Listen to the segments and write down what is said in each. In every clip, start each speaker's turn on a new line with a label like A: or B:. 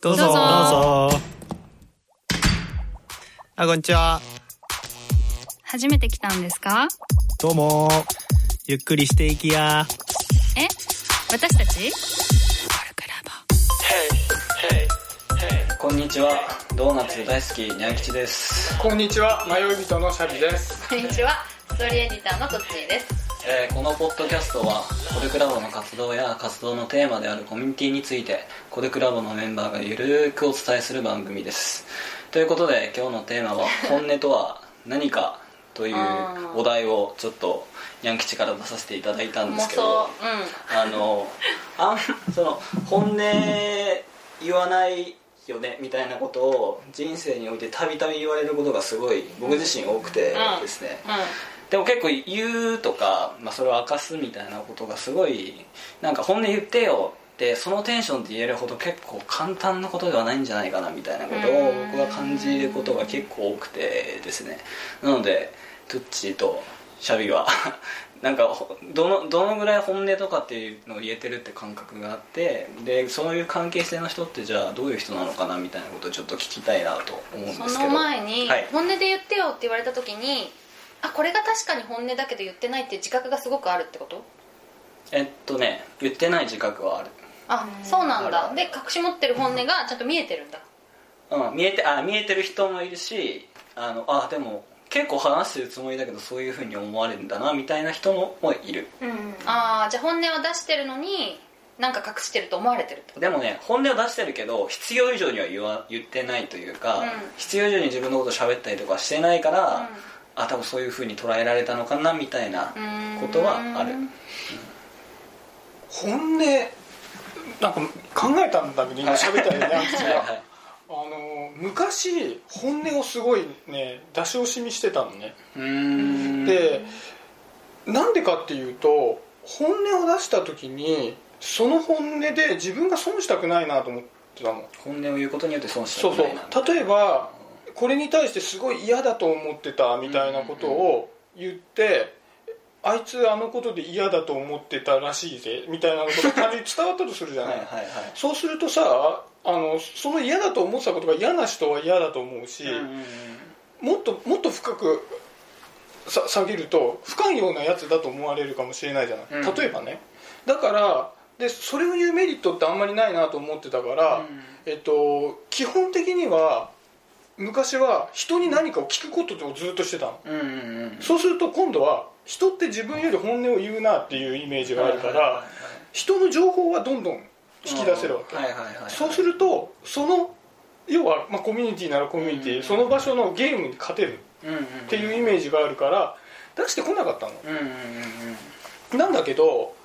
A: どうぞ
B: どうぞ
A: あこんにちは
B: 初めて来たんですか
A: どうもゆっくりしていきや
B: え私たちコルクラボ
C: こんにちは、ドーナツ大好きにゃん吉です、
D: こんにちは、迷い人のシャビです。
E: こんにちは、ストーリーエディターのとっちーです。
C: えーこのポッドキャストはコルクラボの活動や活動のテーマであるコミュニティについてコルクラボのメンバーがゆるーくお伝えする番組ですということで今日のテーマ は「本音とは何か」という
E: あー
C: お題をちょっとにゃん吉から出させていただいたんで
E: 妄
C: すけど
E: 想、
C: あのあんその本音言わないよねみたいなことを人生においてたびたび言われることがすごい僕自身多くて
E: うん
C: ですね、
E: うん、うん。
C: でも結構言うとか、まあ、それを明かすみたいなことがすごいなんか本音言ってよってそのテンションで言えるほど結構簡単なことではないんじゃないかなみたいなことを
E: うん
C: 僕は感じることが結構多くてですねなのでトゥッチーとシャビは なんかほどのどのぐらい本音とかっていうのを言えてるって感覚があってでそういう関係性の人ってじゃあどういう人なのかなみたいなことをちょっと聞きたいなと思うんですけど
E: その前に、
C: はい
E: 本音で言ってよって言われた時に、あ、これが確かに本音だけど言ってないって自覚がすごくあるってこと
C: えっとね言ってない自覚はある
E: あ、そうなん
C: あ
E: だ。
C: る
E: で、隠し持ってる本音がちゃんと見えてるんだ。
C: うん、見えてあ見えてる人もいるしあのあでも結構話してるつもりだけどそういうふうに思われるんだなみたいな人ももいる
E: あー、じゃあ本音は出してるのに、なんか隠してると思われてる ってこ
C: でもね本音を出してるけど必要以上には言わ言ってないというか、
E: うん
C: 必要以上に自分のこと喋ったりとかしてないから、
E: うん
C: あ多分そういうふうに捉えられたのかなみたいな
E: とうーん
C: ことはある
D: 本音、なんか考えたんだけど、今喋 ったよね、あ
C: はいはい
D: の、昔、本音をすごいね、出し惜しみしてたのね。
C: うーん
D: で、なんでかっていうと、本音を出した時に、その本音で自分が損したくないなと思ってたの。
C: 本音を言うことによって損した
D: そう
C: く
D: そ
C: ないな
D: う例えばこれに対してすごい嫌だと思ってたみたいなことを言ってあいつあのことで嫌だと思ってたらしいぜみたいなことが単純に伝わったとするじゃ
C: は
D: ないい
C: はいはい
D: そうするとさあのその嫌だと思ってたことが嫌な人は嫌だと思うし、
C: うんうんうん
D: もっともっと深くさ下げると不寛容なやつだと思われるかもしれないじゃない、
C: うん
D: 例えばねだからでそれを言うメリットってあんまりないなと思ってたから、えっと、基本的には昔は人に何かを聞くことをずっとしてたの、
C: うんうんうんうん
D: そうすると今度は人って自分より本音を言うなっていうイメージがあるから、
C: はいはいはいはい
D: 人の情報はどんどん引き出せるわけ、
C: はいはいはいはい
D: そうするとその要は、まあ、コミュニティならコミュニティ、
C: うん
D: その場所のゲームに勝てる
C: うんうんうん
D: っていうイメージがあるから出してこなかったの
C: うんうんうんうん
D: なんだけど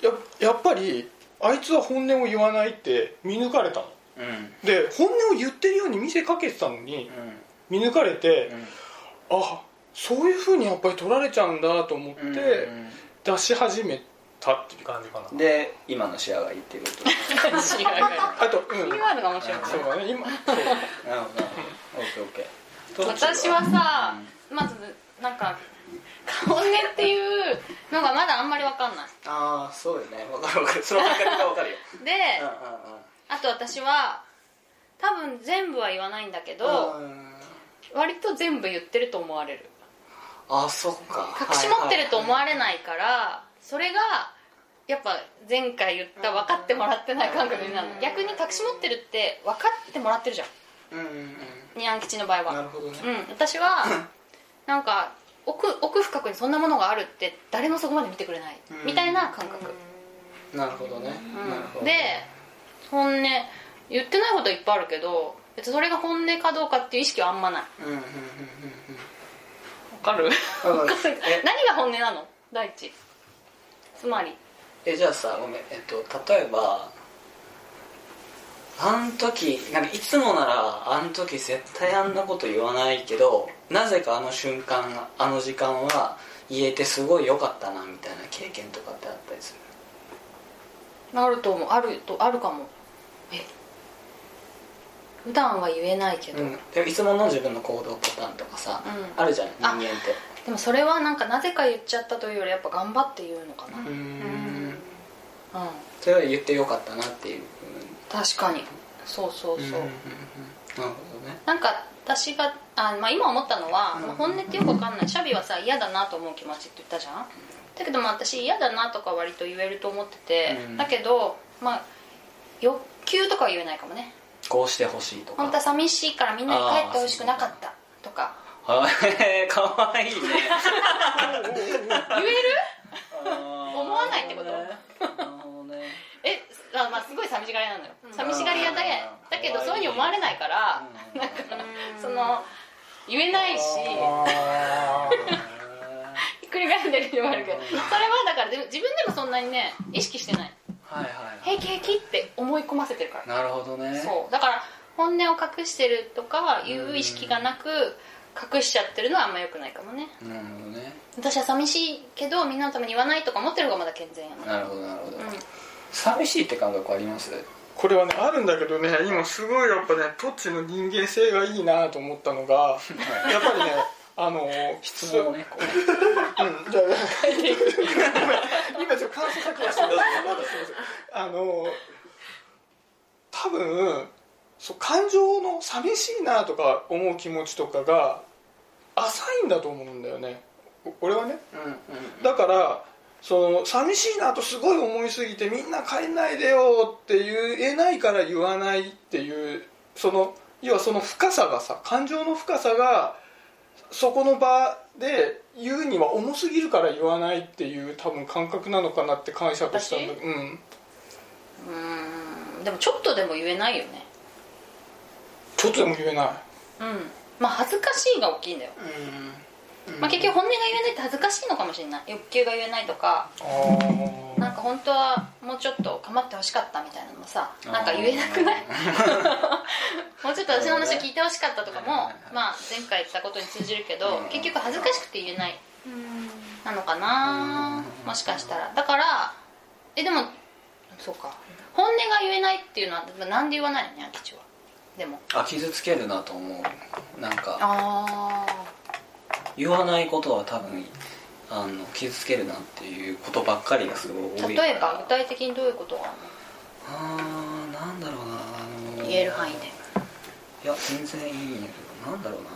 D: ややっぱりあいつは本音を言わないって見抜かれたの
C: うん
D: で本音を言ってるように見せかけてたのに見抜かれてあそういうふうにやっぱり取られちゃうんだと思って
C: うん
D: 出し始めたっていう感じかな
C: で今の仕上がりっていうこと
D: あとうん
E: キーワードが面白い
D: そうだね今
C: なるほどオッケーオッケー
E: 私はさ、まずなんか本音っていうのがまだあんまりわかんない
C: ああそうよねわかるわかるその感覚がわかるよ
E: で、
C: うん
E: あと私は多分全部は言わないんだけ
C: う
E: ど
C: んうん
E: 割と全部言ってると思われる
C: あそっか
E: 隠し持ってると思
C: う
E: われないからそれがやっぱ前回言った分かってもらってない感覚になるの逆に隠し持ってるって分かってもらってるじゃん
C: うんうんうん
E: ニャン吉の場合は
C: なるほどね
E: うん、私はなんか奥奥深くにそんなものがあるって誰もそこまで見てくれない
C: うん
E: みたいな感覚、
C: なるほどね
E: うん
C: なるほど
E: で本音言ってないことはいっぱいあるけど別にそれが本音かどうかっていう意識はあんまない
C: うんうんうんうん
E: わかる
C: うんわかる え
E: 何が本音なの第一つまり
C: えじゃあさごめんえっと例えばあん時なんかいつもならあん時絶対あんなこと言わないけどなぜかあの瞬間あの時間は言えてすごい良かったなみたいな経験とかってあったりする
E: あると思うあるとあるかもえ普段は言えないけど、
C: うん、でもいつもの自分の行動パターンとかさ、
E: うん
C: あるじゃん人間
E: あ
C: って
E: でもそれはなんかなぜか言っちゃったというよりやっぱ頑張って言うのかな
C: うーん
E: うん
C: それは言ってよかったなっていう
E: 確かにそうそうそう、
C: なるほどね
E: なんか私があ、まあ、今思ったのは、まあ本音ってよくわかんないシャビはさ嫌だなと思う気持ちって言ったじゃんだけどまあ私嫌だなとか割と言えると思ってて、
C: うん
E: だけどまあ欲求とかは言えないかもね
C: こうしてほしいとか
E: 本当は寂しいからみんなに帰ってほしくなかったとか
C: はい かわいいね
E: 言える
C: 思
E: 思わないってことえあまあすごい寂しがりなんだよ、寂しがり屋で
C: あー
E: だけど
C: かわいい
E: そういうふうに思われないから、
C: うん
E: なんかその言えないし
D: あ
E: ひっくり返んでるってもあるけど
C: うん
E: それはだからでも自分でもそんなにね意識してない
C: はいはいはい
E: 平気平気って思い込ませてるから
C: なるほどね
E: そうだから本音を隠してるとかいう意識がなく隠しちゃってるのはあんま良くないかもね
C: なるほどね
E: 私は寂しいけどみんなのために言わないとか思ってる方がまだ健全やな
C: なるほどなるほど、
E: うん
C: 寂しいって感覚あります
D: ーこれはねあるんだけどね今すごいやっぱねトッチの人間性がいいなと思ったのがやっぱりねあの
C: 質問をねこう
D: うんじゃあごめん今ちょっと感想先はしてまあの多分そう感情の寂しいなとか思う気持ちとかが浅いんだと思うんだよねお俺はね
C: うんうん
D: だからその寂しいなとすごい思いすぎてみんな帰んないでよって言えないから言わないっていうその要はその深さがさ感情の深さがそこの場で言うには重すぎるから言わないっていう多分感覚なのかなって解釈したんだうん
E: うーんでもちょっとでも言えないよね
D: ちょっとでも言えない
E: うんまあ恥ずかしいが大きいんだよ、まあ、結局本音が言えないって恥ずかしいのかもしれない欲求が言えないとか
D: あ
E: なんか本当はもうちょっと構ってほしかったみたいなのもさなんか言えなくないもうちょっと私の話を聞いてほしかったとかも
C: はいはいはい
E: まあ前回言ったことに通じるけど
C: うん
E: 結局恥ずかしくて言えない
B: うん
E: なのかな
C: うん
E: もしかしたらだからえでもそうか本音が言えないっていうのはでもなんで言わないのね秋地はでも
C: あ傷つけるなと思うなんか
E: ああ
C: 言わないことは多分あの傷つけるなっていうことばっかりがすごい多いから
E: 例えば具体的にどういうことがある
C: あーなんだろうなあの
E: の言える範囲で
C: いや全然いいんやけどなんだろうな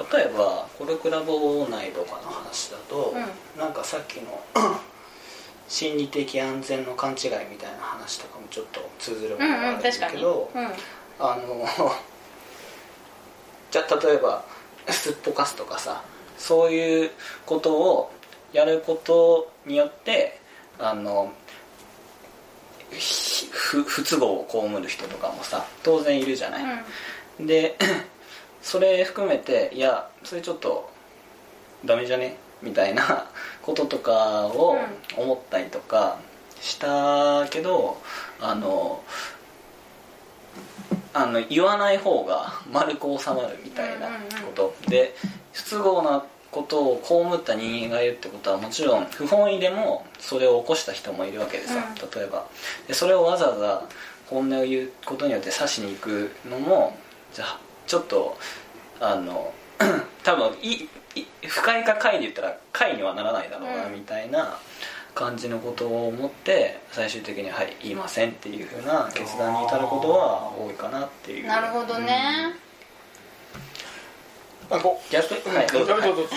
C: うーん例えばコルクラボ内とかの話だと、
E: う
C: なんかさっき の心理的安全の勘違いみたいな話とかもちょっと通ずるも
E: う
C: のがあ
E: んう
C: る
E: んん
C: だ
E: 確か
C: け
E: に
C: ど、
E: うん
C: あの じゃあ例えばすっぽかすとかさそういうことをやることによってあのひ不不都合を被る人とかもさ当然いるじゃない、で それ含めていやそれちょっとダメじゃねみたいな こととかを思ったりとかしたけど、あのあの言わない方が丸く収まるみたいなこと、で不都合なことを被った人間がいるってことはもちろん不本意でもそれを起こした人もいるわけでさ、
E: う
C: 例えばでそれをわざわざ本音を言うことによって刺しに行くのもじゃあちょっとあの 多分いい不快か快で言ったら快にはならないだろうな
E: うん
C: みたいな感じのことを思って最終的には「はい言いません」っていうふうな決断に至ることは多いかなっていううん
E: なるほどね
D: なんか
C: うん逆はいどうぞ
D: どうぞ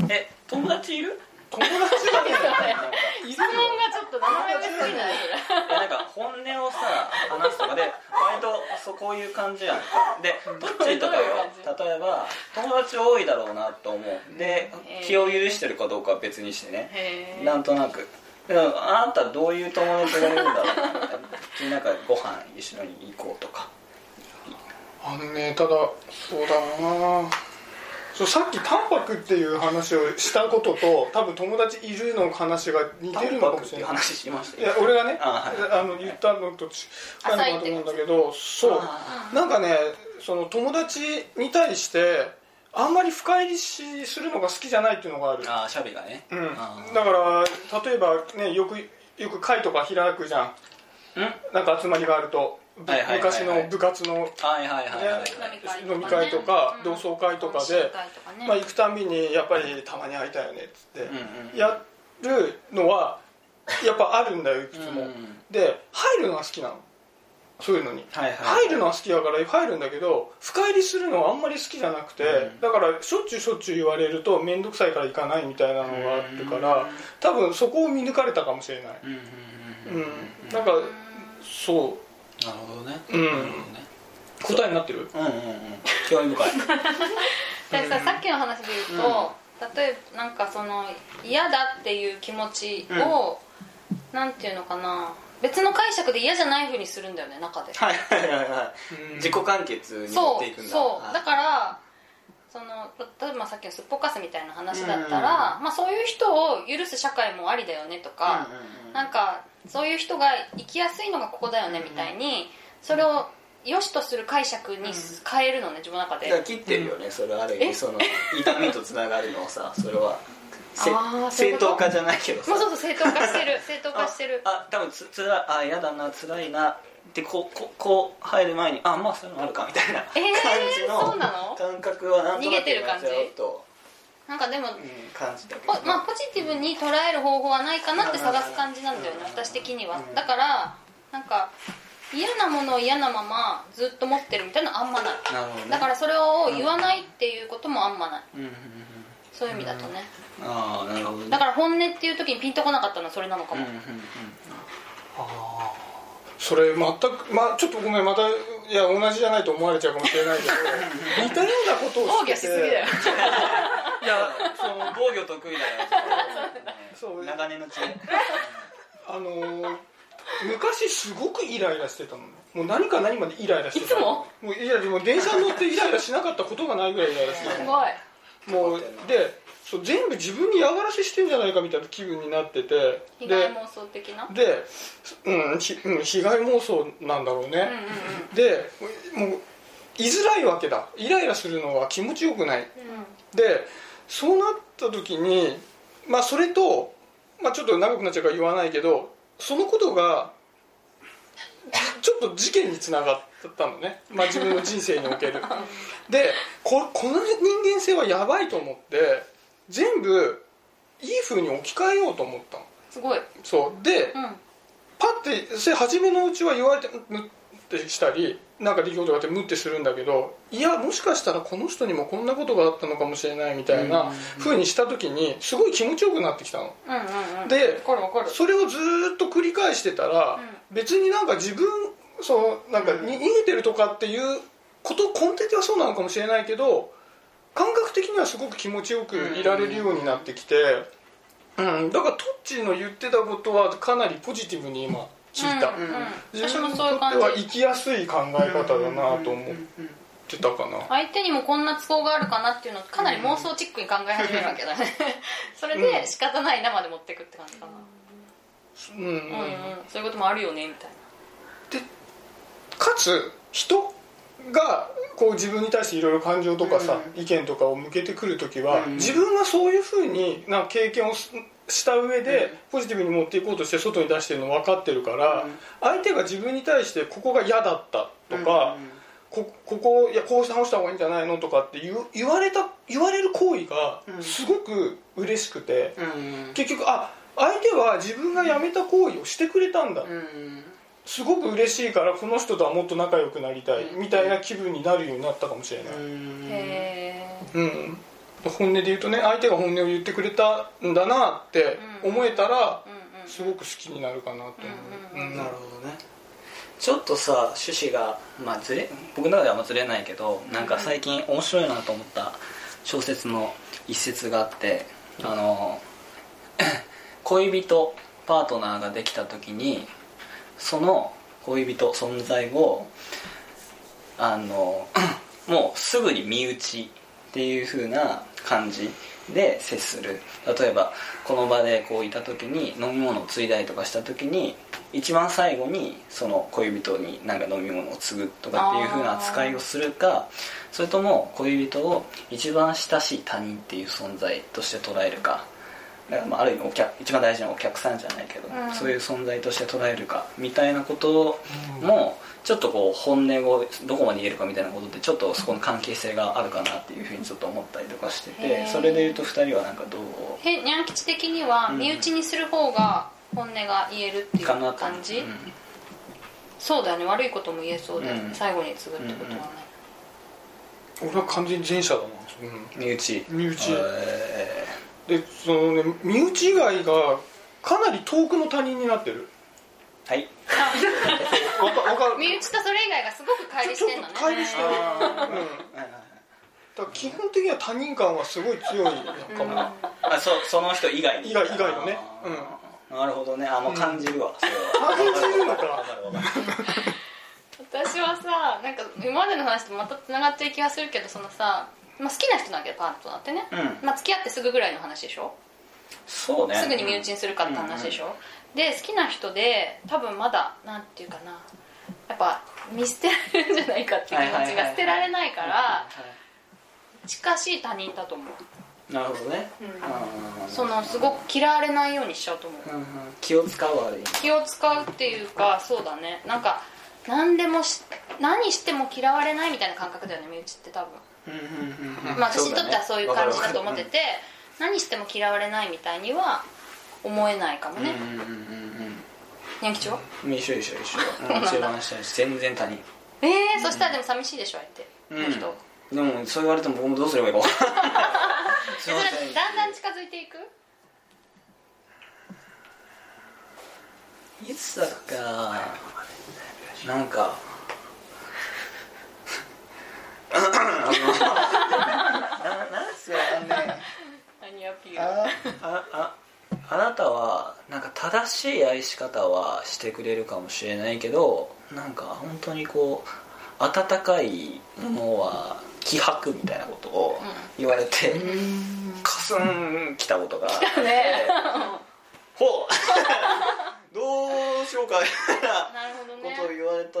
C: うんえ友達いる
D: 友達が ね
C: なんか
D: いる
E: 質問がちょっと斜め目すぎ ない
C: えなんか本音をさ話すとかで割とそうこういう感じやんでどっちとかよ例えば友達多いだろうなと思うで
E: えー
C: 気を許してるかどうかは別にしてね
E: へ
C: なんとなくでもあなたどういう友達がいるんだろうなみたいな別になんかご飯一緒に行こうとか
D: あのねただそうだなそうさっき「タンパク」っていう話をしたことと多分友達いるの話が似
C: タ
D: て
C: ン
D: るの
C: パ
D: か
C: ク
D: も
C: っ
D: してれ
C: いう
D: ない
C: 話しました
D: いや俺がね
C: あはい
D: あの言ったのと近いのかと思うんだけどそう
C: あ
D: なんかねその友達に対してあんまり深入りしするのが好きじゃないっていうのがある
C: あーシャビがね
D: う
C: あ
D: ん、だから例えばねよくよく会とか開くじゃん
C: うんは
D: なんか集まりがあると、ぶ
C: はいはいはいはい
D: 昔の部活の
C: いはいはいはい
E: ね
D: 飲み会とか同窓会とかで、まあ、
E: い
D: 行くたんびにやっぱりたまに会いたいよねっつって、
C: うんうん
D: やるのはやっぱあるんだよいくつも、
C: うん
D: で入るのは好きなのそういうのに、
C: はいはい
D: 入るのは好きだから入るんだけど深入りするのはあんまり好きじゃなくて、
C: うん
D: だからしょっちゅうしょっちゅう言われると面倒くさいから行かないみたいなのがあるから、多分そこを見抜かれたかもしれない、
C: うんうん
D: う
C: うん
D: ん
C: うんうん
D: なんかそ
C: なるほどね
D: う、うん、
C: なるほどね
D: 答えになってる
C: うんうんうん興 味深い
E: だからささっきの話で言うと、例えばなんかその嫌だっていう気持ちを、なんていうのかな別の解釈で嫌じゃないふうにするんだよね中で
C: はいはいはいは
D: うん
C: い自己完結に持っ
E: そ
C: ていく
E: うん
C: だ
E: そうだ
C: は
E: からその例えばさっきのすっぽかすみたいな話だったら、まあ、そういう人を許す社会もありだよねとか、
C: いうんうんうん
E: なんかそういう人が生きやすいのがここだよねみたいにそれを良しとする解釈に変えるのね自分の中
C: だから
E: で
C: 切ってるよねそれはある意
E: え
C: 味その痛みとつながるのをさそれはせ
E: あーそうい
C: 正
E: うこと
C: 当化じゃないけどさ
E: もうそうそう正当化してる正当化してる
C: ああ多分つつらあ嫌だな辛いなってこうこうこう入る前にあまあそういうのあるかみたいな感
E: えー
C: じ
E: そうなの
C: の感覚はなんとなく
E: 逃げてる感じ
C: 今ちょっと、
E: なんかでも
C: うん、感じたけど
E: ポ,、まあ、ポジティブに捉える方法はないかなって探す感じなんだよね私的にはだからなんか嫌なものを嫌なままずっと持ってるみたいなのあんまない
C: なるほどね
E: だからそれを言わないっていうこともあんまない
C: うんうんうん
E: そういう意味だとね
C: ああなるほどね
E: だから本音っていう時にピンとこなかったのはそれなのか
C: うん
E: も
C: うんうん
D: それ全くまあちょっとごめんまたいや同じじゃないと思われちゃうかもし れないけど似たようなことを
E: 防御
D: して
E: してすぎだよ
C: いやその防御得意だよ
D: そう
C: 長年の知恵
D: あのー昔すごくイライラしてたのねもう何か何までイライラしてた
E: いつも
D: もうイライラもう電車に乗ってイライラしなかったことがないぐらいイライラして
E: すごい
D: たもうでそう全部自分に嫌がらせしてんじゃないかみたいな気分になってて
E: 被害
D: で
E: 妄想的な
D: で、うんひうん、被害妄想なんだろうね、
E: うんうんうん
D: でもう居づらいわけだイライラするのは気持ちよくないでそうなった時にまあそれと、まあ、ちょっと長くなっちゃうから言わないけどそのことがちょっと事件につながったのね、まあ、自分の人生におけるでここの人間性はやばいと思って全部いい風に置き換えようと思ったの
E: すごい
D: そうで
E: うん
D: パッてそれ初めのうちは言われてムッてしたりなんか出来事があってムッてするんだけどいやもしかしたらこの人にもこんなことがあったのかもしれないみたいな風にした時にすごい気持ちよくなってきたの
E: うんうんうん
D: で
E: わかるわかる
D: それをずーっと繰り返してた
E: う
D: ら別になんか自分そのなんかに逃げてるとかっていうこと根底ではそうなのかもしれないけど感覚的にはすごく気持ちよくいられるようになってきて、うん、だからトッチーの言ってたことはかなりポジティブに今聞いた、
E: うんうん
D: 自
E: 私
D: 分
E: も
D: に
E: そう
D: と
E: い
D: っ
E: う
D: て
E: 感
D: は
E: じ
D: 生きやすい考え方だなと思ってたかな
E: 相手にもこんな都合があるかなっていうのをかなり妄想チックに考え始めるわけだねそれで仕方ないなまで持ってくって感じかな
D: うん、う
E: うんう
D: ん
E: んそういうこともあるよねみたい
D: かつ人がこう自分に対していろいろ感情とかさ、意見とかを向けてくる時は、
C: うん
D: 自分がそういうふうになんか経験をすした上で、ポジティブに持っていこうとして外に出してるの分かってるから、
C: うん
D: 相手が自分に対してここが嫌だったとか、
C: うんうん
D: こここいやこう直した方がいいんじゃないのとかって言う言われた言われる行為が
C: うん
D: すごく嬉しくて、
C: うん
D: 結局あ相手は自分がやめた行為をしてくれたんだ、
C: うん
D: すごく嬉しいからこの人とはもっと仲良くなりたい
C: うん
D: みたいな気分になるようになったかもしれない、
E: な
C: う
E: へ
D: うん本音で言うとね相手が本音を言ってくれたんだなって思えたら
E: えうんうん
D: すごく好きになるかなと
E: うん
D: 思
E: うん
D: う、うん
C: んなるほどねちょっとさ趣旨が、まあ、ずれ僕の中ではあんまずれないけどなんか最近面白いなと思った小説の一節があってあの 恋人パートナーができた時にその恋人存在をあの もうすぐに身内っていう風な感じで接する例えばこの場でこういた時に飲み物をついだりとかした時に一番最後にその恋人になんか飲み物を継ぐとかっていう風な扱いをするかそれとも恋人を一番親しい他人っていう存在として捉えるかだからまあある意味お客一番大事なお客さんじゃないけど、
E: うん
C: そういう存在として捉えるかみたいなこともちょっとこう本音をどこまで言えるかみたいなことってちょっとそこの関係性があるかなっていうふうにちょっと思ったりとかして
E: へ
C: て
E: ー
C: それでいうと2人はなんかどう
E: えにゃん吉的には
C: うん
E: 身内にする方が本音が言えるっていう
C: かな
E: 感
C: と
E: じ、
C: うん
E: そうだよね悪いことも言えそうだよね、
C: うん
E: 最後に継ぐってことはね、
D: 俺は完全に前者だな、
C: 身内
D: 身内
C: え
D: でそのね身内以外がかなり遠くの他人になってる
C: ーはい
D: わかわか る
E: 身内とそれ以外がすごく乖離
D: ち
E: し
D: ょ
E: てん
D: っ
E: のね
D: と乖離してる、うん、
C: はいはいはい
D: だから基本的には他人感はすごい強いの
E: う
D: かも、
E: ん
C: あそその人以外に
D: 以外以外のね
C: うんなるほどねあもう感じるわ、それは
D: 感じるのか
C: わかるわかる
E: 私はさなんか今までの話とまたつながってる気がするけどそのさ、まあ、好きな人なわけでパートナーってね、
C: うん
E: まあ、付き合ってすぐぐらいの話でしょ
C: そうね
E: すぐに身内にするかって話でしょ、で好きな人で多分まだなんていうかなやっぱ見捨てられるんじゃないかっていう気
C: はい
E: 持
C: はい
E: ち
C: はい
E: が
C: はい
E: 捨てられないか
C: は
E: ら近しい他人だと思う
C: いなるほどね、
E: うん
C: うん
E: そのすごく嫌われないようにしちゃうと思う
C: うんうん気を使うわでいい
E: 気を使うっていうかそうだねなんか何でもし何しても嫌われないみたいな感覚だよね身内って多分まあ、私にとってはそういう感じだと思ってて、何しても嫌われないみたいには思えないかも
C: うんう
E: ね
C: んうん
E: ニャン吉は
C: うん一緒一緒一緒うん一番下に全然他人
E: ええそしたらでも寂しいでしょ相手の人、
C: うんでもそう言われても僕もどうすればいいか分から ないす
E: で
C: いま
E: そ
C: せ
E: れだんだん近づいていく
C: いつだかなん か あのななんすかね
E: 何アピール
C: ああああなたはなんか正しい愛し方はしてくれるかもしれないけどなんか本当にこう温かいものは気迫みたいなことを言われて、カスンきたことがあって
E: ね
C: ほうどう しようかみたいな
E: なるほど
C: ことを
E: ね
C: 言われた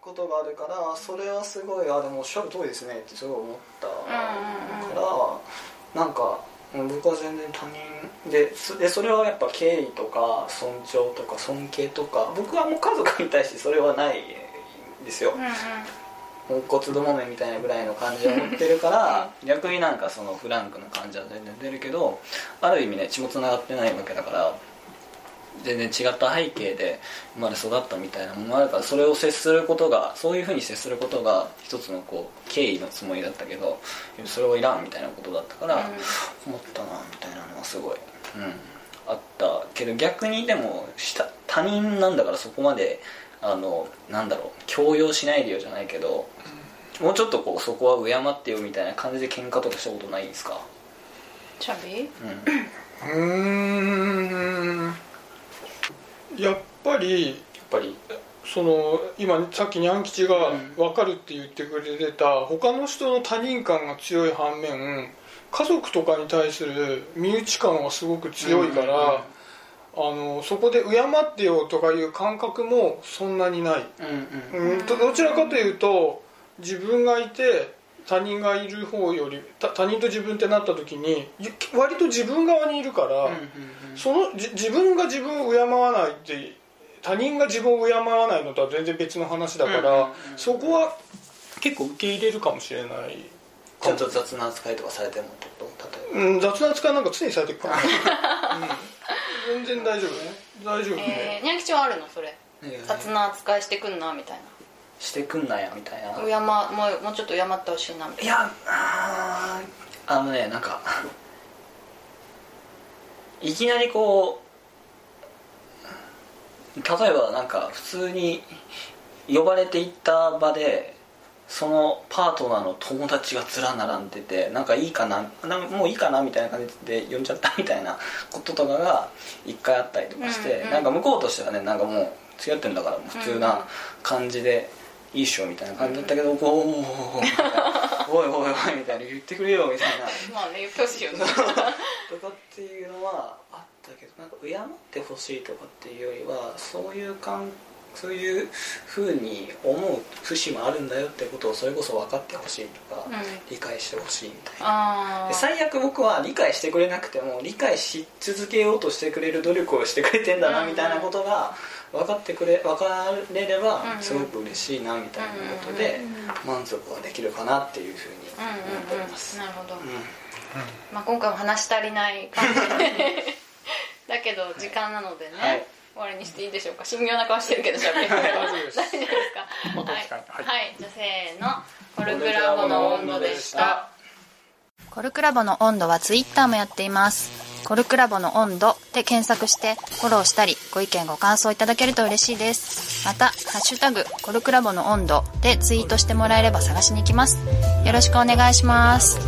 C: ことがあるからそれはすごいあでもおっしゃる通りですねってすごい思った
E: うんうんうん
C: から、なんかうん僕は全然他人でそでそれはやっぱ敬意とか尊重とか尊敬とか僕はもう家族に対してそれはないんですよ
E: うんうん
C: 肋骨どもめみたいなぐらいの感じを持ってるから逆になんかそのフランクな感じは全然出るけどある意味ね血もつながってないわけだから全然違った背景で生まれ育ったみたいなものもあるからそれを接することがそういうふうに接することが一つのこう敬意のつもりだったけどそれはいらんみたいなことだったから、思ったなみたいなのはすごい、うん、あったけど逆にでもした他人なんだからそこまであのなんだろう強要しないでよじゃないけど、もうちょっとこうそこは敬ってよみたいな感じで喧嘩とかしたことないですか、
E: チャビ
C: うん、
D: うーんやっぱり
C: やっぱり
D: その今さっきにゃん吉が
C: うん
D: 分かるって言ってくれてた他の人の他人感が強い反面家族とかに対する身内感はすごく強いから、あのそこで敬ってよとかいう感覚もそんなにない、
C: うんうん
D: うん、どどちらかというと自分がいて他人がいる方よりた他人と自分ってなった時にゆ割と自分側にいるから、そのじ自分が自分を敬わないって他人が自分を敬わないのとは全然別の話だから、そこは結構受け入れるかもしれない
C: ちょっと雑な扱いとかされてもちょっと例え
D: うん、雑な扱いなんか常にされてるから、うん、全然大丈夫ね大丈夫
E: え
D: ね、
E: ー、ニャン吉はあるのそれ
C: ば
E: 雑な扱いしてくんなみたい
C: してくんなやみたいな
E: な敬もうもうちょっと敬ってほしいなみたい
C: いやあーあのねなんかいきなりこう例えばなんか普通に呼ばれていった場でそのパートナーの友達がずら並んでてなんかいいかななんもういいかなみたいな感じで呼んじゃったみたいなこととかが一回あったりとかして、
E: うんうん
C: なんか向こうとしてはねなんかもう付き合ってんだからもう普通な感じでいいっしょみたいな感じだったけど、こうおーおーおーみたいなおいおいおいみたいな言ってくれよみたいな
E: なまあね言ってほしいよね
C: とかっていうのはあったけどなんか敬ってほしいとかっていうよりはそういう感そういうふうに思う節もあるんだよってことをそれこそ分かってほしいとか、
E: うん
C: 理解してほしいみたいな。
E: あ
C: で
E: あ
C: 最悪僕は理解してくれなくても理解し続けようとしてくれる努力をしてくれてんだ
E: う
C: なんみたいなことが分かってくれ分かれれば
E: うん
C: すごく嬉しいなみたいなことで満足はできるかなっていうふうに
E: うんうん
C: 思っ
E: う
C: て
E: ん
C: ます、
E: なるほど、
C: うん
E: まあ、今回も話し足りない感じで
C: だけど時間なのでね、
F: はい
C: 終わりにしていいでしょうか神妙な顔してるけど喋ってる大
D: 大丈夫です
C: 丈夫ですか
D: また
C: はい
D: 機会に、はい
C: はい、じゃあせーの「コルクラボの温度」でした
E: コルクラボの温度はツイッターもやっています。コルクラボの温度で検索してフォローしたりご意見ご感想いただけると嬉しいです。また、ハッシュタグコルクラボの温度でツイートしてもらえれば探しに行きます。よろしくお願いします。